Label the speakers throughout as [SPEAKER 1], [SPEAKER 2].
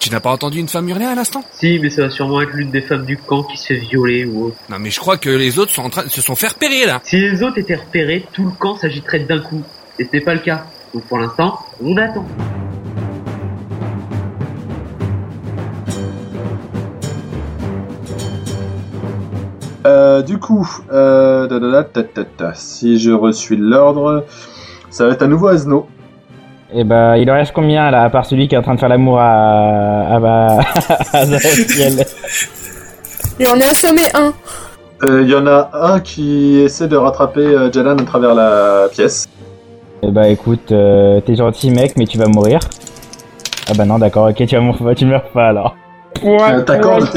[SPEAKER 1] Tu n'as pas entendu une femme hurler à l'instant
[SPEAKER 2] Si, mais ça va sûrement être l'une des femmes du camp qui se fait violer ou autre.
[SPEAKER 1] Non mais je crois que les autres sont en train de se sont fait repérer là.
[SPEAKER 2] Si les autres étaient repérés, tout le camp s'agiterait d'un coup. Et ce n'est pas le cas. Donc pour l'instant, on attend.
[SPEAKER 3] Euh, du coup, euh, da, da, da, ta, ta, ta. si je reçus l'ordre, ça va être à nouveau Asno.
[SPEAKER 4] Et bah, il en reste combien là, à part celui qui est en train de faire l'amour à. à. bah. à Zaotiel
[SPEAKER 5] Et on est au sommet 1.
[SPEAKER 3] Il Euh, y en a un qui essaie de rattraper euh, Jalan à travers la pièce.
[SPEAKER 4] Et bah, écoute, euh, t'es gentil mec, mais tu vas mourir. Ah bah non, d'accord, ok, tu, vas mourir, tu meurs pas alors.
[SPEAKER 3] Euh, T'accordes,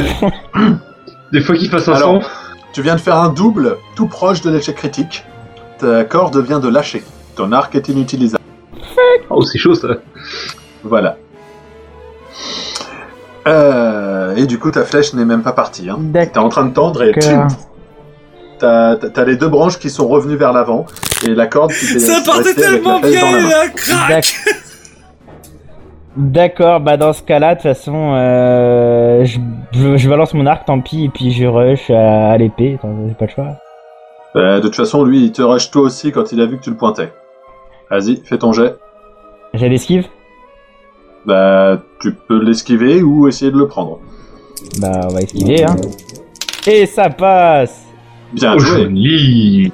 [SPEAKER 6] Des fois qu'il fasse un
[SPEAKER 3] Alors-
[SPEAKER 6] son.
[SPEAKER 3] tu viens de faire un double tout proche de l'échec critique. Ta corde vient de lâcher. Ton arc est inutilisable.
[SPEAKER 6] Oh, c'est chaud ça.
[SPEAKER 3] Voilà. Euh, et du coup, ta flèche n'est même pas partie. Hein. T'es
[SPEAKER 4] D'accord.
[SPEAKER 3] en train de tendre et tchim, t'as t'as- t'as les deux branches qui sont revenues vers l'avant et la corde qui t'est-
[SPEAKER 1] Ça
[SPEAKER 3] qui
[SPEAKER 1] partait
[SPEAKER 3] restait avec la
[SPEAKER 1] tellement
[SPEAKER 3] flèche dans la
[SPEAKER 1] bien
[SPEAKER 3] main.
[SPEAKER 1] là, crac
[SPEAKER 4] D'ac- D'accord, bah dans ce cas-là, de toute façon, euh, je, je- je balance mon arc, tant pis, et puis je rush à, à l'épée, tant- j'ai pas le choix.
[SPEAKER 3] Euh, de toute façon, lui, il te rush toi aussi quand il a vu que tu le pointais. Vas-y, fais ton jet.
[SPEAKER 4] J'ai l'esquive
[SPEAKER 3] Bah, tu peux l'esquiver ou essayer de le prendre.
[SPEAKER 4] Bah on va esquiver, hein. Et ça passe
[SPEAKER 3] Bien
[SPEAKER 6] oh,
[SPEAKER 3] joué.
[SPEAKER 6] joli.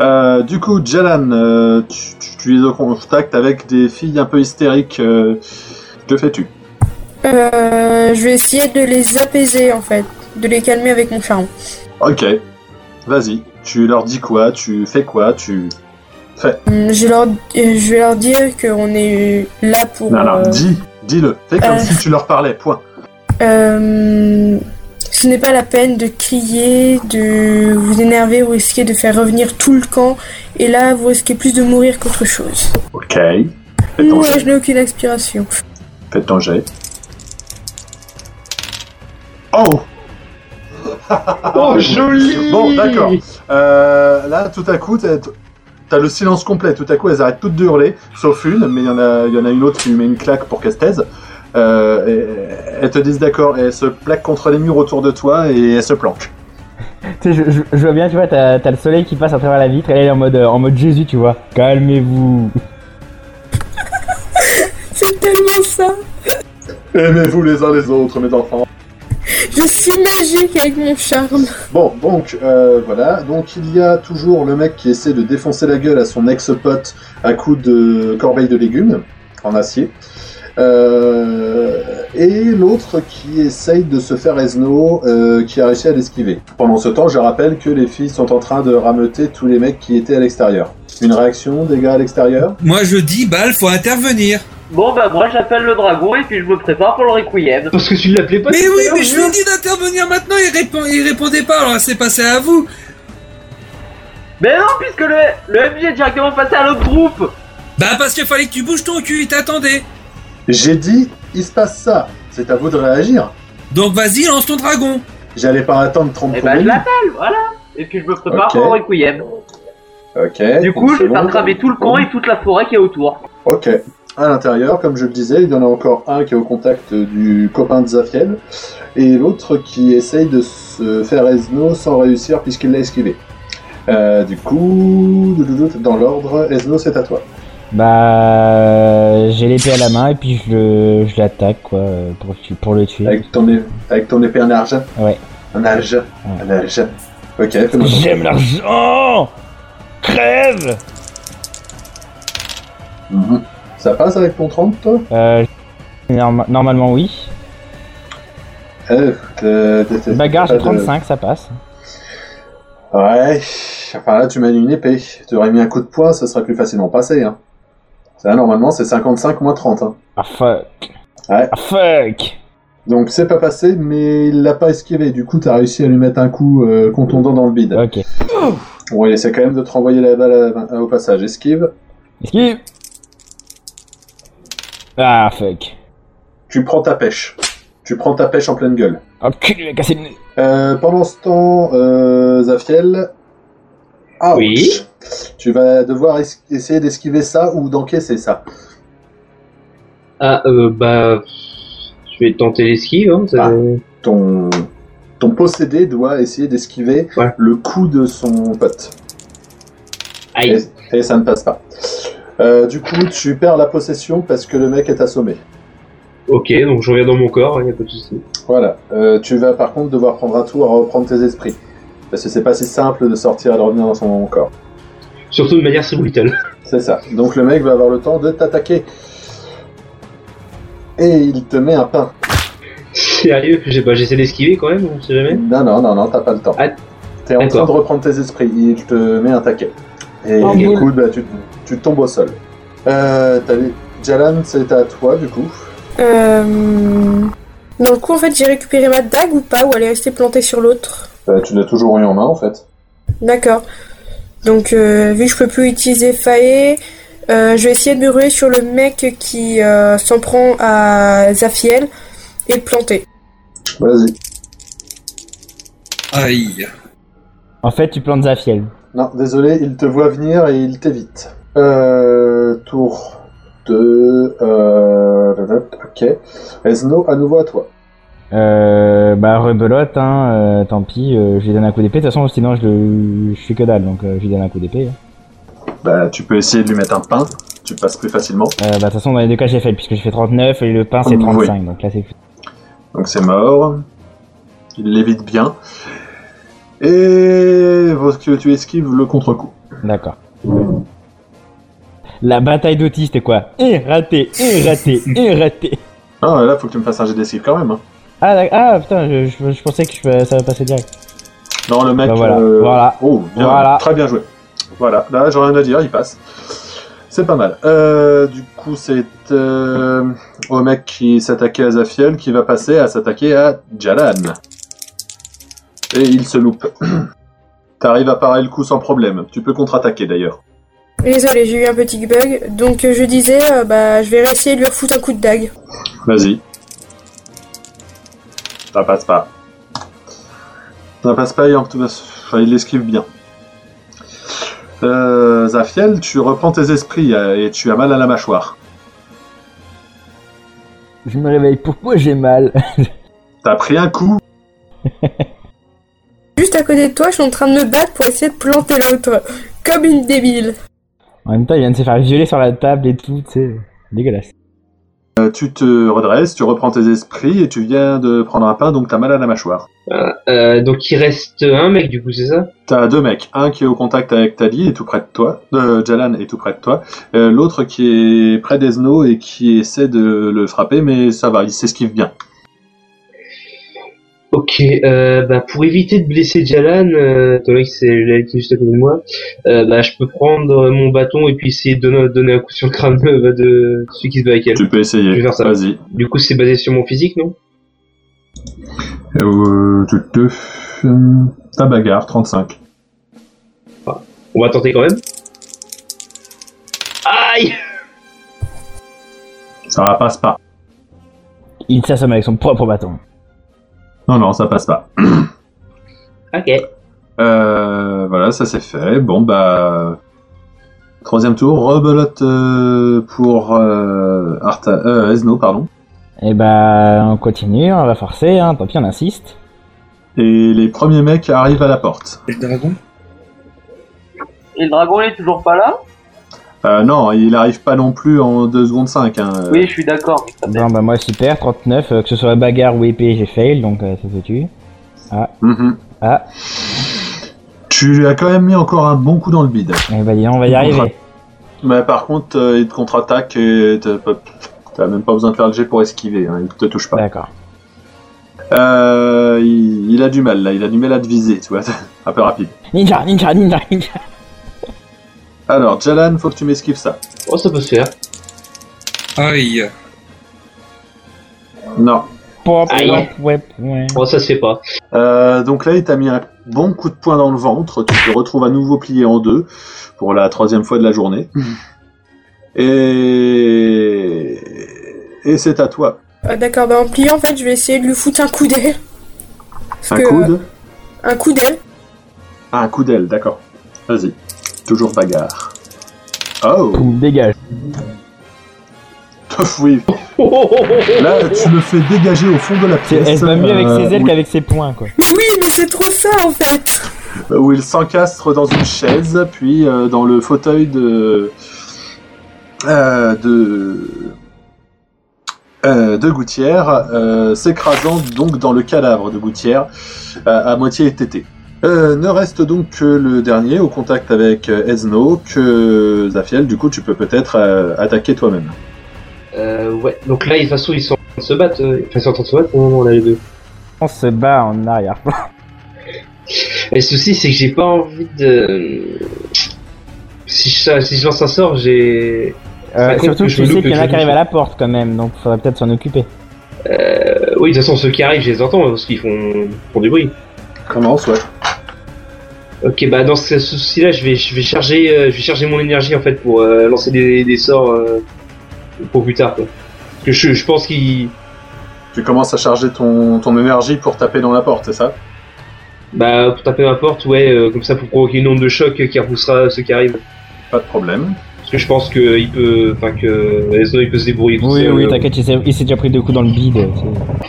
[SPEAKER 3] Euh, du coup, Jalan, euh, tu, tu- tu es au contact avec des filles un peu hystériques. euh, que fais-tu
[SPEAKER 5] Euh, je vais essayer de les apaiser en fait, de les calmer avec mon charme.
[SPEAKER 3] Ok, vas-y. Tu leur dis quoi Tu fais quoi Tu
[SPEAKER 5] Hum, Je, leur, euh, je vais leur dire qu'on est là pour.
[SPEAKER 3] Non, non,
[SPEAKER 5] euh,
[SPEAKER 3] dis, dis-le. Fais comme
[SPEAKER 5] euh,
[SPEAKER 3] si tu leur parlais. Point.
[SPEAKER 5] euh, ce n'est pas la peine de crier, de vous énerver ou risquer de faire revenir tout le camp. Et là, vous risquez plus de mourir qu'autre chose.
[SPEAKER 3] Ok. Fais ton
[SPEAKER 5] Moi,
[SPEAKER 3] jet.
[SPEAKER 5] je n'ai aucune inspiration.
[SPEAKER 3] Fais ton jet. Oh
[SPEAKER 6] Oh, joli.
[SPEAKER 3] Bon, d'accord. Euh, Là, tout à coup, t'as t'as le silence complet. Tout à coup, elles arrêtent toutes de hurler, sauf une, mais il y, en a- il y en a une autre qui lui met une claque pour qu'elle se taise. Euh, et- elles te disent d'accord, et elles se plaquent contre les murs autour de toi et elles se planquent.
[SPEAKER 4] Tu sais, je, je- je vois bien, tu vois, t'as t'as le soleil qui passe à travers la vitre, et elle est en mode, euh, en mode Jésus, tu vois. Calmez-vous
[SPEAKER 5] C'est tellement ça.
[SPEAKER 3] Aimez-vous Eh, les uns les autres, mes enfants.
[SPEAKER 5] Je suis magique avec mon charme.
[SPEAKER 3] Bon, donc, euh, voilà. Donc, il y a toujours le mec qui essaie de défoncer la gueule à son ex-pote à coups de corbeille de légumes en acier. Euh, et l'autre qui essaye de se faire Esno, euh, qui a réussi à l'esquiver. Pendant ce temps, je rappelle que les filles sont en train de rameuter tous les mecs qui étaient à l'extérieur. Une réaction des gars à l'extérieur
[SPEAKER 1] Moi je dis, Bal, faut intervenir.
[SPEAKER 2] Bon bah moi j'appelle le dragon et puis je me prépare pour le requiem.
[SPEAKER 6] Parce que tu l'appelais pas.
[SPEAKER 1] Mais
[SPEAKER 6] tout à
[SPEAKER 1] oui,
[SPEAKER 6] l'heure,
[SPEAKER 1] mais je lui ai
[SPEAKER 6] Julien
[SPEAKER 1] dit d'intervenir maintenant, il, répond, il répondait pas, alors c'est passé à vous.
[SPEAKER 2] Mais non puisque le, le MJ est directement passé à l'autre groupe
[SPEAKER 1] Bah parce qu'il fallait que tu bouges ton cul, il t'attendait.
[SPEAKER 3] J'ai dit, il se passe ça. C'est à vous de réagir.
[SPEAKER 1] Donc vas-y, lance ton dragon.
[SPEAKER 3] J'allais pas attendre 30
[SPEAKER 2] Et bah je
[SPEAKER 3] secondes.
[SPEAKER 2] l'appelle, voilà Et puis je me prépare
[SPEAKER 3] Ok.
[SPEAKER 2] pour le requiem.
[SPEAKER 3] Ok.
[SPEAKER 2] Du coup
[SPEAKER 3] une
[SPEAKER 2] je vais faire
[SPEAKER 3] seconde.
[SPEAKER 2] cramer tout le camp et toute la forêt qui est autour.
[SPEAKER 3] Ok. À l'intérieur, comme je le disais, il y en a encore un qui est au contact du copain de Zafiel et l'autre qui essaye de se faire Esno sans réussir puisqu'il l'a esquivé. Euh, du coup, doudoudou, dans l'ordre, Esno, c'est à toi.
[SPEAKER 4] Bah, j'ai l'épée à la main, et puis je, le- je l'attaque, quoi, euh, pour, le tu- pour le tuer.
[SPEAKER 3] Avec ton, é- avec ton épée en argent
[SPEAKER 4] Ouais.
[SPEAKER 3] En argent.
[SPEAKER 4] Ouais.
[SPEAKER 3] En argent. Ok, fais-moi ton-
[SPEAKER 4] J'aime l'argent Crève
[SPEAKER 3] Mhm. Ça passe avec ton 30, toi
[SPEAKER 4] Euh, norma- normalement oui.
[SPEAKER 3] euh, t'es- t'es- t'es-
[SPEAKER 4] Bagarre,
[SPEAKER 3] t'as
[SPEAKER 4] j'ai
[SPEAKER 3] pas de-
[SPEAKER 4] 35, ça passe.
[SPEAKER 3] Ouais. Enfin là, tu mènes une épée. Tu aurais mis un coup de poing, ça serait plus facilement passé. Hein. Ça, normalement, c'est 55 moins 30. Hein.
[SPEAKER 4] Ah fuck.
[SPEAKER 3] Ouais.
[SPEAKER 4] Ah fuck.
[SPEAKER 3] Donc c'est pas passé, mais il l'a pas esquivé. Du coup, t'as réussi à lui mettre un coup euh, contondant dans le bide.
[SPEAKER 4] Ok.
[SPEAKER 3] On va essayer quand même de te renvoyer la balle à- à- au passage. Esquive.
[SPEAKER 4] Esquive. Ah fuck.
[SPEAKER 3] Tu prends ta pêche. Tu prends ta pêche en pleine gueule.
[SPEAKER 4] Oh cul, il m'a cassé le nez.
[SPEAKER 3] Euh, pendant ce temps, euh, Zafiel. ouch.
[SPEAKER 6] Oui.
[SPEAKER 3] Tu vas devoir es- essayer d'esquiver ça ou d'encaisser ça.
[SPEAKER 6] Ah, euh, bah.
[SPEAKER 2] vais tenter l'esquive. Hein, ça-
[SPEAKER 3] Ah. Ton, ton possédé doit essayer d'esquiver
[SPEAKER 2] Ouais.
[SPEAKER 3] le coup de son pote.
[SPEAKER 2] Aïe.
[SPEAKER 3] Et, et ça ne passe pas. Euh, du coup, tu perds la possession parce que le mec est assommé.
[SPEAKER 2] Ok, donc je reviens dans mon corps, il n'y a pas de souci.
[SPEAKER 3] Voilà. Euh, tu vas par contre devoir prendre un tour à reprendre tes esprits. Parce que c'est pas si simple de sortir et de revenir dans son corps.
[SPEAKER 2] Surtout de manière si brutale.
[SPEAKER 3] C'est ça. Donc le mec va avoir le temps de t'attaquer. Et il te met un pain.
[SPEAKER 2] Sérieux, j'ai bah, j'essaie d'esquiver quand même, on sait jamais.
[SPEAKER 3] Non, non, non, non, t'as pas le temps.
[SPEAKER 2] Ah,
[SPEAKER 3] T'es en train
[SPEAKER 2] d'accord.
[SPEAKER 3] de reprendre tes esprits. Il te met un taquet. Et
[SPEAKER 2] Oh,
[SPEAKER 3] du
[SPEAKER 2] boule.
[SPEAKER 3] coup, bah, tu, tu tombes au sol. Euh, t'as les- Jalan, c'est à toi du coup.
[SPEAKER 5] Euh... Dans le coup, en fait, j'ai récupéré ma dague ou pas Ou elle est restée plantée sur l'autre
[SPEAKER 3] Euh, tu l'as toujours eu en main en fait.
[SPEAKER 5] D'accord. Donc, euh, vu que je peux plus utiliser Fae, euh, je vais essayer de me ruer sur le mec qui euh, s'en prend à Zafiel et le planter.
[SPEAKER 3] Vas-y.
[SPEAKER 1] Aïe.
[SPEAKER 4] En fait, tu plantes Zafiel.
[SPEAKER 3] Non, désolé, il te voit venir et il t'évite. Euh, tour 2. Euh, da, da, ok. Esno, à nouveau à toi.
[SPEAKER 4] Euh, bah rebelote, hein, euh, tant pis, euh, je lui donne un coup d'épée, de toute façon sinon je, le- je fais que dalle, donc euh, je lui donne un coup d'épée. hein.
[SPEAKER 3] Bah, tu peux essayer de lui mettre un pain. Tu passes plus facilement.
[SPEAKER 4] Euh, bah de toute façon dans les deux cas j'ai fait, puisque j'ai fait 39 et le pain c'est
[SPEAKER 3] Oui.
[SPEAKER 4] 35, donc là c'est fou.
[SPEAKER 3] Donc c'est mort. Il l'évite bien. Et parce que tu esquives le contre-coup.
[SPEAKER 4] D'accord. La bataille d'Otis c'était quoi Et raté, et raté, et raté
[SPEAKER 3] Ah, là, faut que tu me fasses un jet d'esquive quand même. hein.
[SPEAKER 4] ah, d'ac- ah putain, je, je- je pensais que je- ça va passer direct.
[SPEAKER 3] Non, le mec.
[SPEAKER 4] Bah voilà,
[SPEAKER 3] euh,
[SPEAKER 4] voilà.
[SPEAKER 3] Oh, bien,
[SPEAKER 4] Voilà.
[SPEAKER 3] très bien joué. Voilà, là, j'ai rien à dire, il passe. C'est pas mal. Euh, du coup, c'est euh, au mec qui s'attaquait à Zafiel qui va passer à s'attaquer à Jalan. Et il se loupe. T'arrives à parer le coup sans problème. Tu peux contre-attaquer d'ailleurs.
[SPEAKER 5] Désolé, j'ai eu un petit bug. Donc, euh, je disais, euh, bah, je vais essayer de lui refoutre un coup de dague.
[SPEAKER 3] Vas-y. Ça passe pas. Ça passe pas, il, en- enfin, il l'esquive bien. Euh, Zafiel, tu reprends tes esprits euh, et tu as mal à la mâchoire.
[SPEAKER 4] Je me réveille, pourquoi j'ai mal
[SPEAKER 3] T'as pris un coup
[SPEAKER 5] Juste à côté de toi, je suis en train de me battre pour essayer de planter l'autre. Comme une débile.
[SPEAKER 4] En même temps il vient de se faire violer sur la table et tout, tu sais, dégueulasse.
[SPEAKER 3] Euh, tu te redresses, tu reprends tes esprits et tu viens de prendre un pain, donc t'as mal à la mâchoire.
[SPEAKER 2] Euh, donc il reste un mec du coup, c'est ça
[SPEAKER 3] T'as deux mecs, un qui est au contact avec Tali et tout près de toi, euh, Jalan est tout près de toi, euh, l'autre qui est près d'Ezno et qui essaie de le frapper, mais ça va, il s'esquive bien.
[SPEAKER 2] Ok, euh, bah pour éviter de blesser Jalan, euh, étant donné que c'est elle qui est juste à côté de moi, euh, bah je peux prendre mon bâton et puis essayer de donner, donner un coup sur le crâne de, de celui qui se bat avec elle.
[SPEAKER 3] Tu peux essayer,
[SPEAKER 2] Je vais faire ça.
[SPEAKER 3] vas-y.
[SPEAKER 2] Du coup c'est basé sur mon physique, non
[SPEAKER 3] Euh, tu te... euh, Ta bagarre, 35.
[SPEAKER 2] On va tenter quand même. Aïe
[SPEAKER 3] Ça va, passe pas.
[SPEAKER 4] Il s'assomme avec son propre bâton.
[SPEAKER 3] Non, non, ça passe pas.
[SPEAKER 2] Ok.
[SPEAKER 3] Euh, voilà, ça c'est fait. Bon, bah. Troisième tour, rebelote euh, pour euh, Arta, euh, Esno, pardon.
[SPEAKER 4] Et bah on continue, on va forcer, hein, tant pis on insiste.
[SPEAKER 3] Et les premiers mecs arrivent à la porte.
[SPEAKER 1] Le dragon
[SPEAKER 7] Et le dragon, il est toujours pas là
[SPEAKER 3] Euh, non, il arrive pas non plus en 2 secondes hein. 5.
[SPEAKER 7] Oui, je suis d'accord.
[SPEAKER 4] Bon bah moi super, 39, euh, que ce soit bagarre ou épée j'ai fail, donc euh, ça se tue. Ah.
[SPEAKER 3] Euh, mhm. Tu lui as quand même mis encore un bon coup dans le bide.
[SPEAKER 4] Et bah dis donc, on va y arriver.
[SPEAKER 3] Mais par contre, euh, il te contre-attaque et t'as pas- t'as même pas besoin de faire le jet pour esquiver, hein, il te touche pas.
[SPEAKER 4] D'accord.
[SPEAKER 3] Euh, il, il a du mal là, il a du mal à te viser, tu vois, un peu rapide.
[SPEAKER 4] Ninja, ninja, ninja, ninja.
[SPEAKER 3] Alors, Jalan, faut que tu m'esquives ça.
[SPEAKER 2] Oh ça peut se faire.
[SPEAKER 1] Aïe.
[SPEAKER 3] Non.
[SPEAKER 4] Pop,
[SPEAKER 2] Aïe.
[SPEAKER 4] pop, ouais, ouais.
[SPEAKER 2] Oh ça se fait pas.
[SPEAKER 3] Euh, donc là, il t'a mis un bon coup de poing dans le ventre. Tu te retrouves à nouveau plié en deux pour la troisième fois de la journée. Et, et c'est à toi.
[SPEAKER 5] Euh, D'accord, bah en pliant, en fait, je vais essayer de lui foutre un coup d'aile. Parce
[SPEAKER 3] Un
[SPEAKER 5] que, euh,
[SPEAKER 3] coude
[SPEAKER 5] Un coup d'aile.
[SPEAKER 3] Ah, un coup d'aile, d'accord. Vas-y. Toujours bagarre. Oh
[SPEAKER 4] Poum, dégage.
[SPEAKER 3] oui. Là, tu le fais dégager au fond de la
[SPEAKER 4] C'est-
[SPEAKER 3] pièce.
[SPEAKER 4] Elle se bat mieux avec
[SPEAKER 3] euh,
[SPEAKER 4] ses ailes
[SPEAKER 3] où-
[SPEAKER 4] qu'avec ses poings, quoi.
[SPEAKER 5] Mais oui, mais c'est trop ça en fait.
[SPEAKER 3] où il s'encastre dans une chaise, puis euh, dans le fauteuil de. euh, de. euh, de Gouttière, euh, s'écrasant donc dans le cadavre de Gouttière, euh, à moitié étêté. Euh, ne reste donc que le dernier au contact avec euh, Ezno, que Zafiel, du coup, tu peux peut-être euh, attaquer toi-même.
[SPEAKER 2] Euh, ouais, donc là, de toute façon, ils sont en train de se battre. euh, Enfin, ils sont en train de se battre au moment là, les deux.
[SPEAKER 4] On se bat en arrière-plan.
[SPEAKER 2] Et le souci, c'est que j'ai pas envie de. Si je, si je lance un sort, j'ai.
[SPEAKER 4] Euh,
[SPEAKER 2] compte
[SPEAKER 4] surtout
[SPEAKER 2] que
[SPEAKER 4] que
[SPEAKER 2] Bah, je
[SPEAKER 4] tu
[SPEAKER 2] me
[SPEAKER 4] sais
[SPEAKER 2] loupe
[SPEAKER 4] qu'il y en
[SPEAKER 2] et
[SPEAKER 4] a
[SPEAKER 2] que
[SPEAKER 4] qui
[SPEAKER 2] je
[SPEAKER 4] arrivent
[SPEAKER 2] me
[SPEAKER 4] à la porte quand même, donc faudrait peut-être s'en occuper.
[SPEAKER 2] Euh, oui, de toute façon, ceux qui arrivent, je les entends parce qu'ils font, font du bruit.
[SPEAKER 3] Commence, ouais.
[SPEAKER 2] Ok, bah dans ce ce souci-là, je vais, je vais charger, euh, je vais charger mon énergie en fait pour euh, lancer des, des sorts euh, pour plus tard. Quoi. Parce que je, je pense qu'ils,
[SPEAKER 3] Tu commences à charger ton, ton énergie pour taper dans la porte, c'est ça
[SPEAKER 2] bah pour taper ma porte, ouais, euh, comme ça pour provoquer une onde de choc qui repoussera ceux qui arrivent.
[SPEAKER 3] Pas de problème.
[SPEAKER 2] Parce que je pense que il peut, enfin que Ezno il peut se débrouiller. tout
[SPEAKER 4] Oui,
[SPEAKER 2] seul,
[SPEAKER 4] oui,
[SPEAKER 2] euh,
[SPEAKER 4] t'inquiète, il s'est il s'est déjà pris deux coups dans le bide. c'est-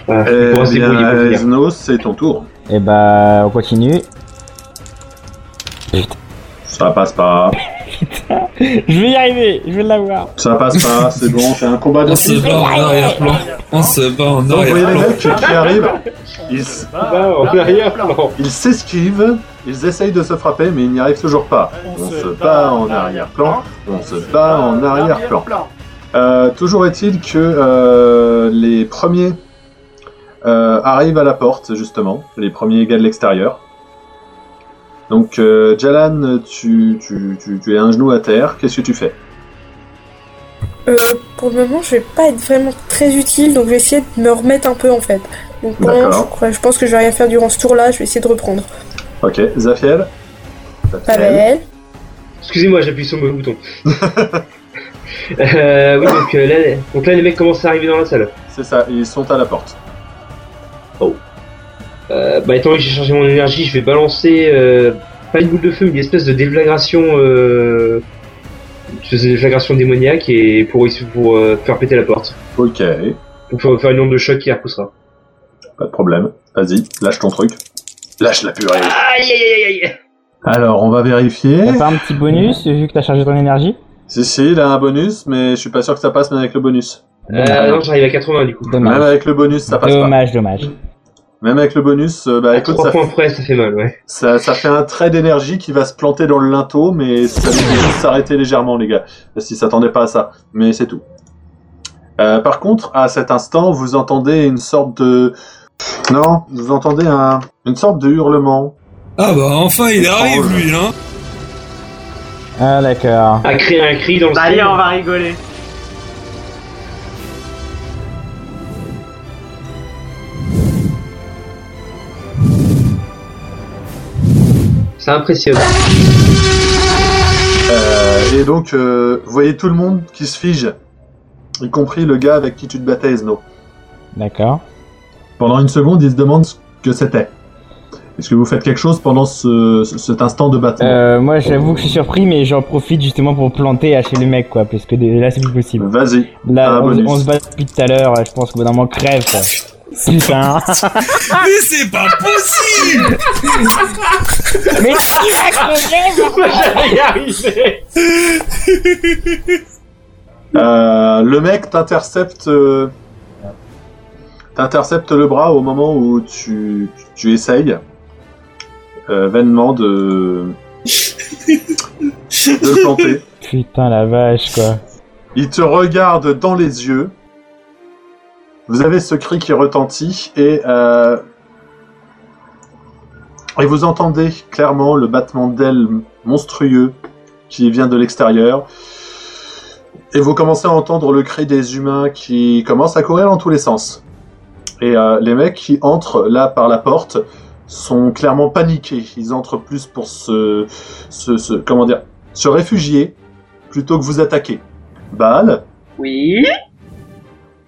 [SPEAKER 2] voilà. Il
[SPEAKER 3] Eh
[SPEAKER 2] pourra se
[SPEAKER 3] bien,
[SPEAKER 2] débrouiller pour finir.
[SPEAKER 3] Ezno, c'est ton tour.
[SPEAKER 4] Et bah, on continue.
[SPEAKER 3] Ça passe pas.
[SPEAKER 4] Je vais y arriver, je vais l'avoir.
[SPEAKER 3] Ça passe pas, c'est bon, c'est un combat de
[SPEAKER 1] Oh, On se bat en arrière-plan. On se bat en
[SPEAKER 3] Donc vous voyez les
[SPEAKER 1] arrière-plan.
[SPEAKER 3] mecs qui arrivent, ils,
[SPEAKER 2] Bah, en arrière-plan.
[SPEAKER 3] ils s'esquivent, ils essayent de se frapper, mais ils n'y arrivent toujours pas. On se bat en arrière-plan, on se bat en arrière-plan. Euh, toujours est-il que euh, les premiers euh, arrivent à la porte, justement, les premiers gars de l'extérieur. Donc euh, Jalan, tu, tu, tu, tu es un genou à terre, qu'est-ce que tu fais
[SPEAKER 5] Euh, pour le moment, je vais pas être vraiment très utile, donc je vais essayer de me remettre un peu en fait. Donc pour le moment, je,
[SPEAKER 3] D'accord.
[SPEAKER 5] crois- je pense que je vais rien faire durant ce tour-là. Je vais essayer de reprendre.
[SPEAKER 3] Ok, Zafiel
[SPEAKER 5] Pavel.
[SPEAKER 2] Excusez-moi, j'appuie sur le bouton. euh, oui, donc, euh, là, donc là, les mecs commencent à arriver dans la salle.
[SPEAKER 3] C'est ça, ils sont à la porte.
[SPEAKER 2] Euh, bah, étant donné que j'ai chargé mon énergie, je vais balancer euh, pas une boule de feu, mais une espèce de déflagration, euh, une espèce de déflagration démoniaque et pour, pour euh, faire péter la porte.
[SPEAKER 3] Ok, pas
[SPEAKER 2] Pour faire, faire une onde de choc qui la repoussera.
[SPEAKER 3] de problème. Vas-y, lâche ton truc. Lâche la purée.
[SPEAKER 2] Aïe aïe aïe aïe
[SPEAKER 3] Alors, on va vérifier.
[SPEAKER 4] T'as pas un petit bonus vu que t'as chargé ton énergie
[SPEAKER 3] Si, si, il a un bonus, mais je suis pas sûr que ça passe même avec le bonus. Ah.
[SPEAKER 2] euh, Non, j'arrive à 80 du coup.
[SPEAKER 3] Même
[SPEAKER 4] Dommage.
[SPEAKER 3] avec le bonus, ça passe pas.
[SPEAKER 4] Dommage, dommage.
[SPEAKER 3] Même avec le bonus, euh, bah
[SPEAKER 2] À
[SPEAKER 3] écoute,
[SPEAKER 2] 3
[SPEAKER 3] ça,
[SPEAKER 2] points près, ça fait mal, ouais.
[SPEAKER 3] ça, ça fait un trait d'énergie qui va se planter dans le linteau, mais ça va juste s'arrêter légèrement, les gars. S'ils s'attendaient pas à ça, mais c'est tout. Euh, par contre, à cet instant, vous entendez une sorte de... Non, vous entendez un... une sorte de hurlement.
[SPEAKER 1] Ah bah enfin il arrive
[SPEAKER 3] Étrange.
[SPEAKER 1] lui hein
[SPEAKER 4] Ah, d'accord.
[SPEAKER 2] À créer un cri dans le
[SPEAKER 7] Bah, allez,
[SPEAKER 2] ciel.
[SPEAKER 7] on va rigoler.
[SPEAKER 2] Ça impressionne.
[SPEAKER 3] Euh, et donc, euh, vous voyez tout le monde qui se fige, y compris le gars avec qui tu te battais, Esno.
[SPEAKER 4] D'accord.
[SPEAKER 3] Pendant une seconde, il se demande ce que c'était. Est-ce que vous faites quelque chose pendant ce- ce- cet instant de battement
[SPEAKER 4] Euh, moi, j'avoue que je suis surpris, mais j'en profite justement pour planter à chez les mecs, quoi, parce que des- là, c'est plus possible.
[SPEAKER 3] Vas-y.
[SPEAKER 4] Là,
[SPEAKER 3] Ah,
[SPEAKER 4] on,
[SPEAKER 3] bonus.
[SPEAKER 4] on se bat depuis tout à l'heure, je pense qu'au bout d'un moment, crève, quoi. Putain.
[SPEAKER 1] Mais c'est pas possible
[SPEAKER 4] mais qui va crever
[SPEAKER 2] Moi, j'allais y arriver
[SPEAKER 3] Euh, le mec t'intercepte. euh, t'intercepte le bras au moment où tu, tu essayes euh, vainement de, de le planter.
[SPEAKER 4] Putain, la vache, quoi.
[SPEAKER 3] Il te regarde dans les yeux. Vous avez ce cri qui retentit et, euh, et vous entendez clairement le battement d'ailes monstrueux qui vient de l'extérieur. Et vous commencez à entendre le cri des humains qui commencent à courir dans tous les sens. Et euh, les mecs qui entrent là par la porte sont clairement paniqués. Ils entrent plus pour se, se- se- comment dire, se réfugier plutôt que vous attaquer. Baal,
[SPEAKER 7] Oui.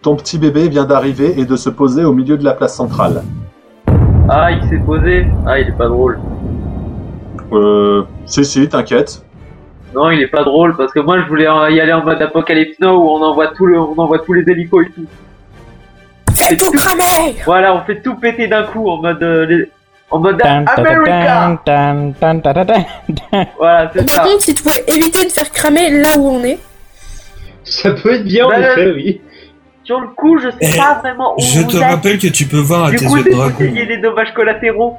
[SPEAKER 3] ton petit bébé vient d'arriver et de se poser au milieu de la place centrale.
[SPEAKER 7] Ah, il s'est posé. Ah, il est pas drôle.
[SPEAKER 3] Euh, si, si, t'inquiète.
[SPEAKER 7] Non, il est pas drôle parce que moi je voulais euh, y aller en mode Apocalypse Now où on envoie tout le, on envoie tous les hélicos et tout.
[SPEAKER 5] Fais tout cramer
[SPEAKER 7] Voilà, on fait tout péter d'un coup en mode, euh, les- en mode
[SPEAKER 4] Tan, ta, ta,
[SPEAKER 7] America.
[SPEAKER 4] tan, tan, tan, ta, ta, ta.
[SPEAKER 7] Voilà, c'est
[SPEAKER 5] Par
[SPEAKER 7] ça.
[SPEAKER 5] contre, si tu pouvais éviter de faire cramer là où on est,
[SPEAKER 2] Ça peut être bien, en
[SPEAKER 7] Bah,
[SPEAKER 2] effet, oui.
[SPEAKER 7] Sur le coup, je sais
[SPEAKER 1] Eh,
[SPEAKER 7] pas vraiment où
[SPEAKER 1] Je
[SPEAKER 7] vous
[SPEAKER 1] te
[SPEAKER 7] êtes.
[SPEAKER 1] rappelle que tu peux voir à
[SPEAKER 7] Du
[SPEAKER 1] tes
[SPEAKER 7] coup,
[SPEAKER 1] yeux de
[SPEAKER 7] c'est vous
[SPEAKER 1] dragon.
[SPEAKER 7] qui des dommages collatéraux.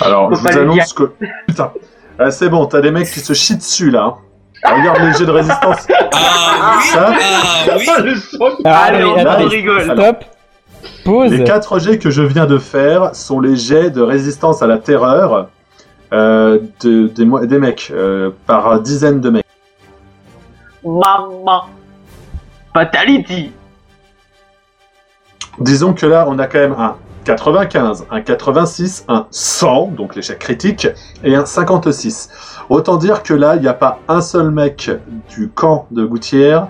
[SPEAKER 3] Alors,
[SPEAKER 7] Faut
[SPEAKER 3] je
[SPEAKER 7] pas
[SPEAKER 3] vous
[SPEAKER 7] le
[SPEAKER 3] annonce que. Putain. Ah, c'est bon, t'as des mecs qui se chient dessus là. hein. Regarde les jets de résistance.
[SPEAKER 1] Ah oui,
[SPEAKER 3] Ça
[SPEAKER 1] ah oui.
[SPEAKER 2] Ah, le sang qui-
[SPEAKER 4] Ah,
[SPEAKER 7] Allez,
[SPEAKER 4] mais
[SPEAKER 7] on
[SPEAKER 4] attendez,
[SPEAKER 7] rigole.
[SPEAKER 4] Stop. Pause.
[SPEAKER 3] Les 4 jets que je viens de faire sont les jets de résistance à la terreur euh, de- des, mo- des mecs, euh, par dizaines de mecs.
[SPEAKER 7] Maman. Fatality.
[SPEAKER 3] Disons que là, on a quand même un 95, un 86, un 100, donc l'échec critique, et un 56. Autant dire que là, il n'y a pas un seul mec du camp de Gouttière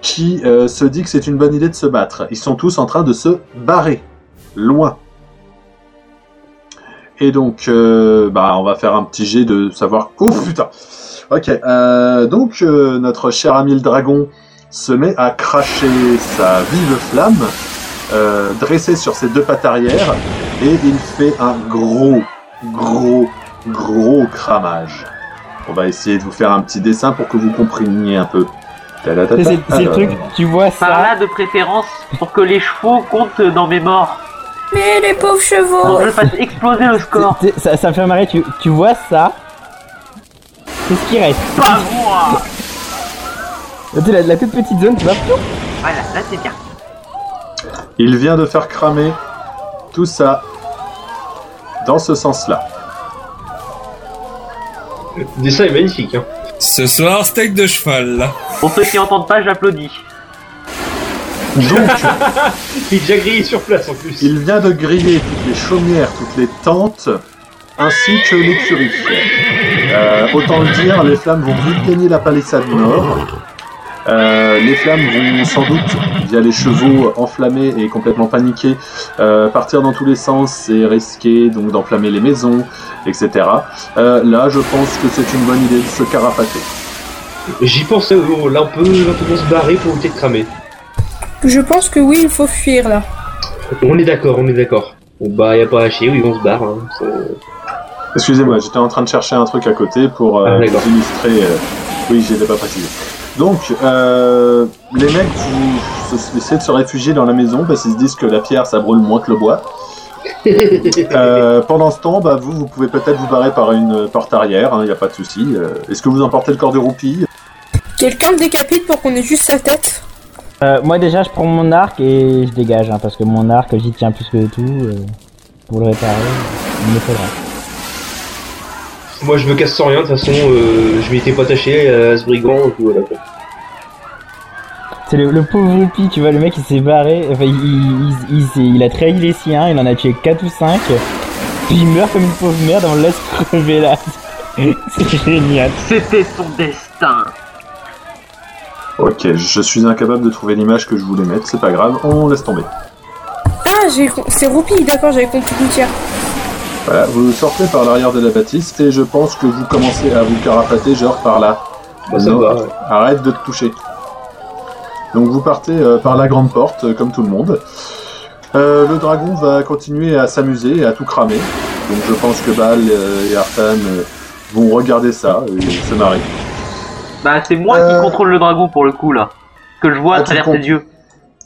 [SPEAKER 3] qui euh, se dit que c'est une bonne idée de se battre. Ils sont tous en train de se barrer, loin. Et donc, euh, bah, on va faire un petit jet de savoir. Oh putain Ok, euh, donc euh, notre cher ami le dragon se met à cracher sa vive flamme, euh, dressée sur ses deux pattes arrière, et il fait un gros, gros, gros cramage. On va essayer de vous faire un petit dessin pour que vous compreniez un peu.
[SPEAKER 4] C'est c'est- c'est le truc, tu vois
[SPEAKER 7] Par
[SPEAKER 4] ça.
[SPEAKER 7] là, de préférence, pour que les chevaux comptent dans mes morts.
[SPEAKER 5] mais les pauvres
[SPEAKER 7] Pour
[SPEAKER 5] chevaux
[SPEAKER 7] que je fasse exploser le score.
[SPEAKER 4] c'est- Ça, ça me fait marrer, tu, tu vois ça. C'est ce qui reste.
[SPEAKER 7] Pas moi.
[SPEAKER 4] Tu sais, La, la toute petite zone, tu vois.
[SPEAKER 7] Voilà, là c'est bien.
[SPEAKER 3] Il vient de faire cramer tout ça dans ce sens-là.
[SPEAKER 2] Le dessin est magnifique. Hein.
[SPEAKER 1] Ce soir, steak de cheval. là.
[SPEAKER 7] Pour ceux qui n'entendent pas, j'applaudis.
[SPEAKER 3] Donc,
[SPEAKER 2] Il est déjà grillé sur place en plus.
[SPEAKER 3] il vient de griller toutes les chaumières, toutes les tentes, ainsi que l'écurie. Euh, autant le dire, les flammes vont vite gagner la palissade nord. Euh, les flammes vont sans doute, via les chevaux enflammés et complètement paniqués, euh, partir dans tous les sens et risquer donc d'enflammer les maisons, etc. Euh, là, je pense que c'est une bonne idée de se carapater.
[SPEAKER 2] J'y pensais, oh, là on peut maintenant se barrer pour éviter de cramer.
[SPEAKER 5] Je pense que oui, il faut fuir là.
[SPEAKER 2] On est d'accord, on est d'accord. Bon bah y a pas à chier, oui on se barre. Hein. Ça-
[SPEAKER 3] Excusez-moi, j'étais en train de chercher un truc à côté pour euh,
[SPEAKER 2] Ah, d'accord.
[SPEAKER 3] vous illustrer. euh, Oui, je ne l'ai pas précisé. Donc, euh, les mecs, vous se- essayez de se réfugier dans la maison parce qu'ils se disent que la pierre, ça brûle moins que le bois. Euh, pendant ce temps, bah, vous, vous pouvez peut-être vous barrer par une porte arrière, il n'y a pas de souci. Euh, Est-ce que vous emportez le corps de roupie
[SPEAKER 5] Quelqu'un le décapite pour qu'on ait juste sa tête
[SPEAKER 4] Euh, moi déjà je prends mon arc et je dégage hein, parce que mon arc j'y tiens plus que tout euh, pour le réparer. Il me faudra.
[SPEAKER 2] Moi je me casse sans rien, de toute façon euh, je m'étais pas attaché à ce brigand, tout, voilà, quoi.
[SPEAKER 4] C'est le, le pauvre Rupi, tu vois, le mec il s'est barré, enfin, il, il, il, s'est- il a trahi les siens, il en a tué 4 ou 5, puis il meurt comme une pauvre merde, on le laisse crever là. C'est génial.
[SPEAKER 7] C'était son destin.
[SPEAKER 3] Ok, je suis incapable de trouver l'image que je voulais mettre, c'est pas grave, on laisse tomber.
[SPEAKER 5] Ah, j'ai con- c'est Roupi, d'accord, j'avais compris Gouttière.
[SPEAKER 3] Voilà, vous sortez par l'arrière de la bâtisse et je pense que vous commencez à vous carapater genre par là.
[SPEAKER 2] Bah, ça
[SPEAKER 3] Non.
[SPEAKER 2] va. ouais.
[SPEAKER 3] Arrête de te toucher. Donc vous partez euh, par la grande porte, euh, comme tout le monde. Euh, le dragon va continuer à s'amuser et à tout cramer. Donc je pense que Baal euh, et Artan euh, vont regarder ça et se marrer.
[SPEAKER 7] Bah, c'est moi
[SPEAKER 3] Euh.
[SPEAKER 7] qui contrôle le dragon pour le coup là. Que je vois à
[SPEAKER 3] Ah, tu
[SPEAKER 7] travers
[SPEAKER 3] comptes.
[SPEAKER 7] ses yeux.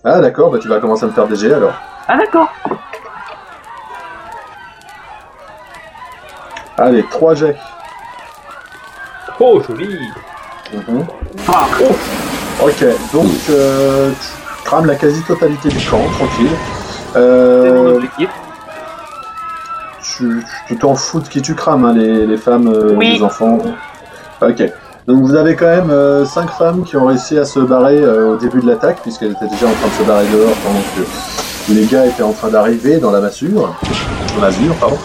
[SPEAKER 3] Ah d'accord, bah tu vas commencer à me faire des jets alors.
[SPEAKER 7] Ah, d'accord.
[SPEAKER 3] Allez, trois jets.
[SPEAKER 2] Oh joli
[SPEAKER 3] Mhm.
[SPEAKER 7] Ah,
[SPEAKER 3] Ok, donc euh, tu crames la quasi-totalité du camp, tranquille.
[SPEAKER 7] c'est
[SPEAKER 3] Euh,
[SPEAKER 7] mon objectif.
[SPEAKER 3] tu tu t'en fous de qui tu crames, hein, les, les femmes, euh,
[SPEAKER 7] Oui.
[SPEAKER 3] les enfants. Ok. Donc vous avez quand même 5 femmes qui ont réussi à se barrer euh, au début de l'attaque, puisqu'elles étaient déjà en train de se barrer dehors pendant que les gars étaient en train d'arriver dans la masure. Masure, pardon.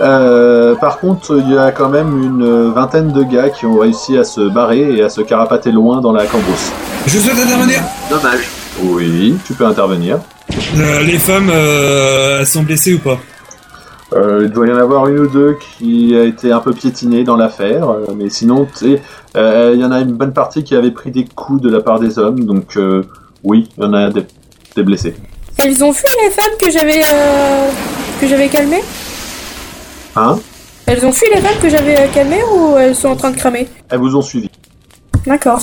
[SPEAKER 3] Euh, par contre, il y a quand même une euh, vingtaine de gars qui ont réussi à se barrer et à se carapater loin dans la cambrousse.
[SPEAKER 1] Je souhaite intervenir.
[SPEAKER 7] Dommage.
[SPEAKER 3] Oui, tu peux intervenir.
[SPEAKER 1] Euh, les femmes, euh, elles sont blessées ou pas
[SPEAKER 3] Euh, il doit y en avoir une ou deux qui a été un peu piétinée dans l'affaire, euh, mais sinon, tu sais, euh, il y en a une bonne partie qui avait pris des coups de la part des hommes, donc euh, oui, il y en a des, des blessés.
[SPEAKER 5] Ils ont fui les femmes que j'avais euh, que j'avais calmées
[SPEAKER 3] Hein
[SPEAKER 5] Elles ont fui les femmes que j'avais euh, calmées ou elles sont en train de cramer
[SPEAKER 3] Elles vous ont suivi.
[SPEAKER 5] D'accord.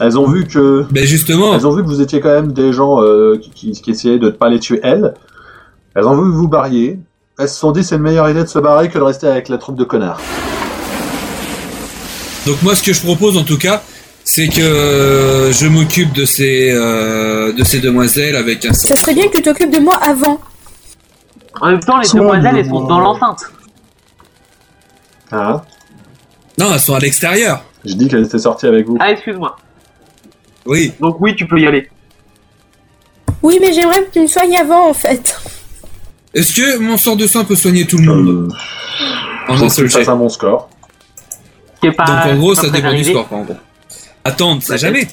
[SPEAKER 3] Elles ont vu que
[SPEAKER 1] Ben justement,
[SPEAKER 3] Elles ont vu que vous étiez quand même des gens euh, qui, qui- qui essayaient de ne pas les tuer, elles. Elles ont vu que vous barriez. Elles se sont dit c'est une meilleure idée de se barrer que de rester avec la troupe de connards.
[SPEAKER 1] donc moi ce que je propose en tout cas, c'est que euh, je m'occupe de ces euh, de ces demoiselles avec un
[SPEAKER 5] Ça serait bien que tu t'occupes de moi avant.
[SPEAKER 7] En même temps, les
[SPEAKER 3] Soit
[SPEAKER 7] demoiselles,
[SPEAKER 3] nous-
[SPEAKER 7] elles sont dans l'enceinte.
[SPEAKER 3] Hein
[SPEAKER 1] Non, elles sont à l'extérieur.
[SPEAKER 3] Je dis qu'elles étaient sorties avec vous.
[SPEAKER 7] Ah, excuse-moi.
[SPEAKER 1] Oui.
[SPEAKER 7] Donc oui, tu peux y aller.
[SPEAKER 5] Oui, mais j'aimerais que tu me soignes avant en fait.
[SPEAKER 1] Est-ce que mon sort de sang peut soigner tout le monde
[SPEAKER 3] Euh,
[SPEAKER 1] en
[SPEAKER 3] faut
[SPEAKER 1] un
[SPEAKER 3] que
[SPEAKER 1] seul
[SPEAKER 3] tu
[SPEAKER 1] jet
[SPEAKER 3] fasses un bon score.
[SPEAKER 7] Ce qui est pas-
[SPEAKER 1] Donc en gros,
[SPEAKER 7] c'est
[SPEAKER 1] ça
[SPEAKER 7] pas très
[SPEAKER 1] dépend du
[SPEAKER 7] arrivé.
[SPEAKER 1] score, quoi, en gros. Attends, ça
[SPEAKER 7] Ouais.
[SPEAKER 1] jamais.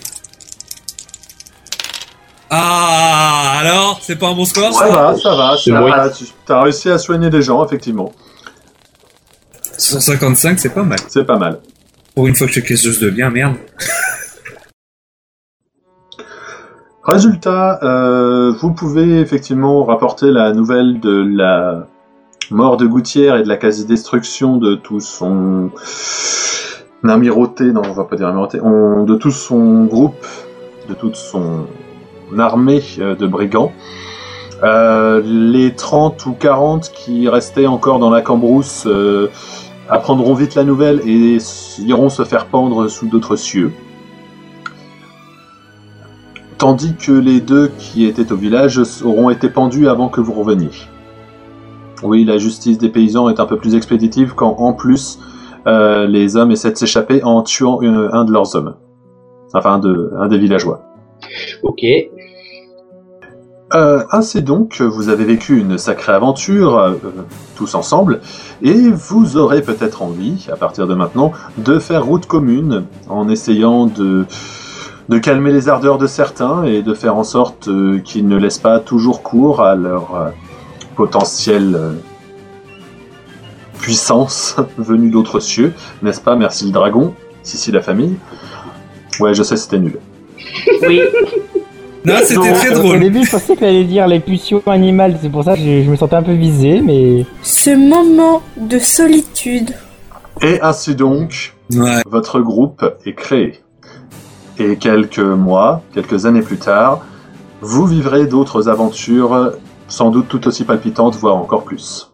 [SPEAKER 1] Ah, alors, c'est pas un bon score
[SPEAKER 3] Ça
[SPEAKER 1] ça
[SPEAKER 7] bah.
[SPEAKER 3] va, ça va,
[SPEAKER 2] C'est
[SPEAKER 3] ça
[SPEAKER 2] bon.
[SPEAKER 3] va. Tu as réussi à soigner des gens, effectivement.
[SPEAKER 1] 155, c'est pas mal.
[SPEAKER 3] C'est pas mal.
[SPEAKER 1] Pour une fois que je fais quelque chose de bien, merde.
[SPEAKER 3] Résultat, euh, vous pouvez effectivement rapporter la nouvelle de la mort de Gouttière et de la quasi-destruction de tout son amirauté, non, on va pas dire amirauté, on- de tout son groupe, de toute son armée euh, de brigands. Euh, les 30 ou 40 qui restaient encore dans la cambrousse euh, apprendront vite la nouvelle et s- iront se faire pendre sous d'autres cieux. Tandis que les deux qui étaient au village auront été pendus avant que vous reveniez. Oui, la justice des paysans est un peu plus expéditive quand en plus euh, les hommes essaient de s'échapper en tuant euh, un de leurs hommes. Enfin, un, de, un des villageois.
[SPEAKER 2] Ok.
[SPEAKER 3] Euh, ainsi donc, vous avez vécu une sacrée aventure euh, tous ensemble, et vous aurez peut-être envie, à partir de maintenant, de faire route commune en essayant de, de calmer les ardeurs de certains et de faire en sorte euh, qu'ils ne laissent pas toujours cours à leur euh, potentielle euh, puissance venue d'autres cieux, n'est-ce pas Merci le dragon, si si la famille. Ouais, je sais, c'était nul.
[SPEAKER 7] Oui.
[SPEAKER 1] Non, c'était
[SPEAKER 7] Non.
[SPEAKER 1] très
[SPEAKER 4] Au
[SPEAKER 1] drôle.
[SPEAKER 4] début, je pensais qu'elle allait dire les pulsions animales, c'est pour ça que je, je me sentais un peu visé, mais.
[SPEAKER 5] Ce moment de solitude.
[SPEAKER 3] Et ainsi donc,
[SPEAKER 1] Ouais.
[SPEAKER 3] Votre groupe est créé. Et quelques mois, quelques années plus tard, vous vivrez d'autres aventures, sans doute tout aussi palpitantes, voire encore plus.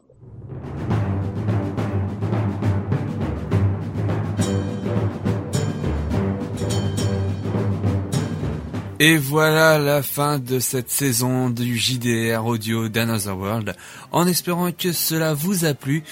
[SPEAKER 8] Et voilà la fin de cette saison du JDR audio d'Another World. En espérant que cela vous a plu,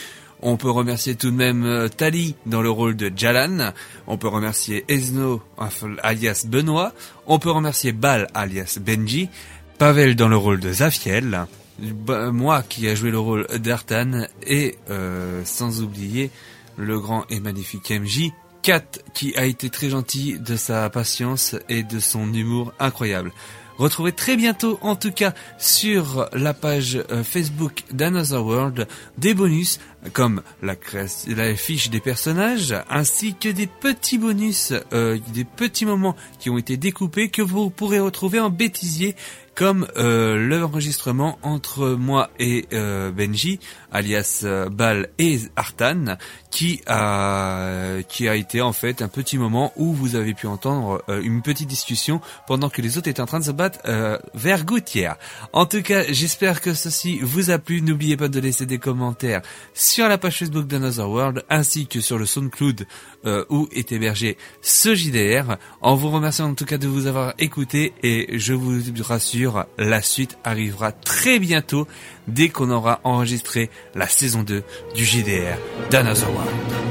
[SPEAKER 8] on peut remercier tout de même euh, Tali dans le rôle de Jalan. On peut remercier Esno af- alias Benoît. On peut remercier Bal alias Benji. Pavel dans le rôle de Zafiel. Bah, moi qui a joué le rôle d'Artan. Et euh, sans oublier le grand et magnifique MJ Kat qui a été très gentil de sa patience et de son humour incroyable. Retrouvez très bientôt en tout cas sur la page euh, Facebook d'Another World des bonus comme la, créa- la fiche des personnages ainsi que des petits bonus, euh, des petits moments qui ont été découpés que vous pourrez retrouver en bêtisier comme euh, l'enregistrement entre moi et euh, Benji alias euh, Bal et Artan qui a qui a été en fait un petit moment où vous avez pu entendre euh, une petite discussion pendant que les autres étaient en train de se battre euh, vers Gouttière. En tout cas, j'espère que ceci vous a plu. N'oubliez pas de laisser des commentaires sur la page Facebook d'Another World ainsi que sur le SoundCloud euh, où est hébergé ce JDR. En vous remerciant en tout cas de vous avoir écouté et je vous rassure, la suite arrivera très bientôt dès qu'on aura enregistré la saison 2 du JDR d'Another World.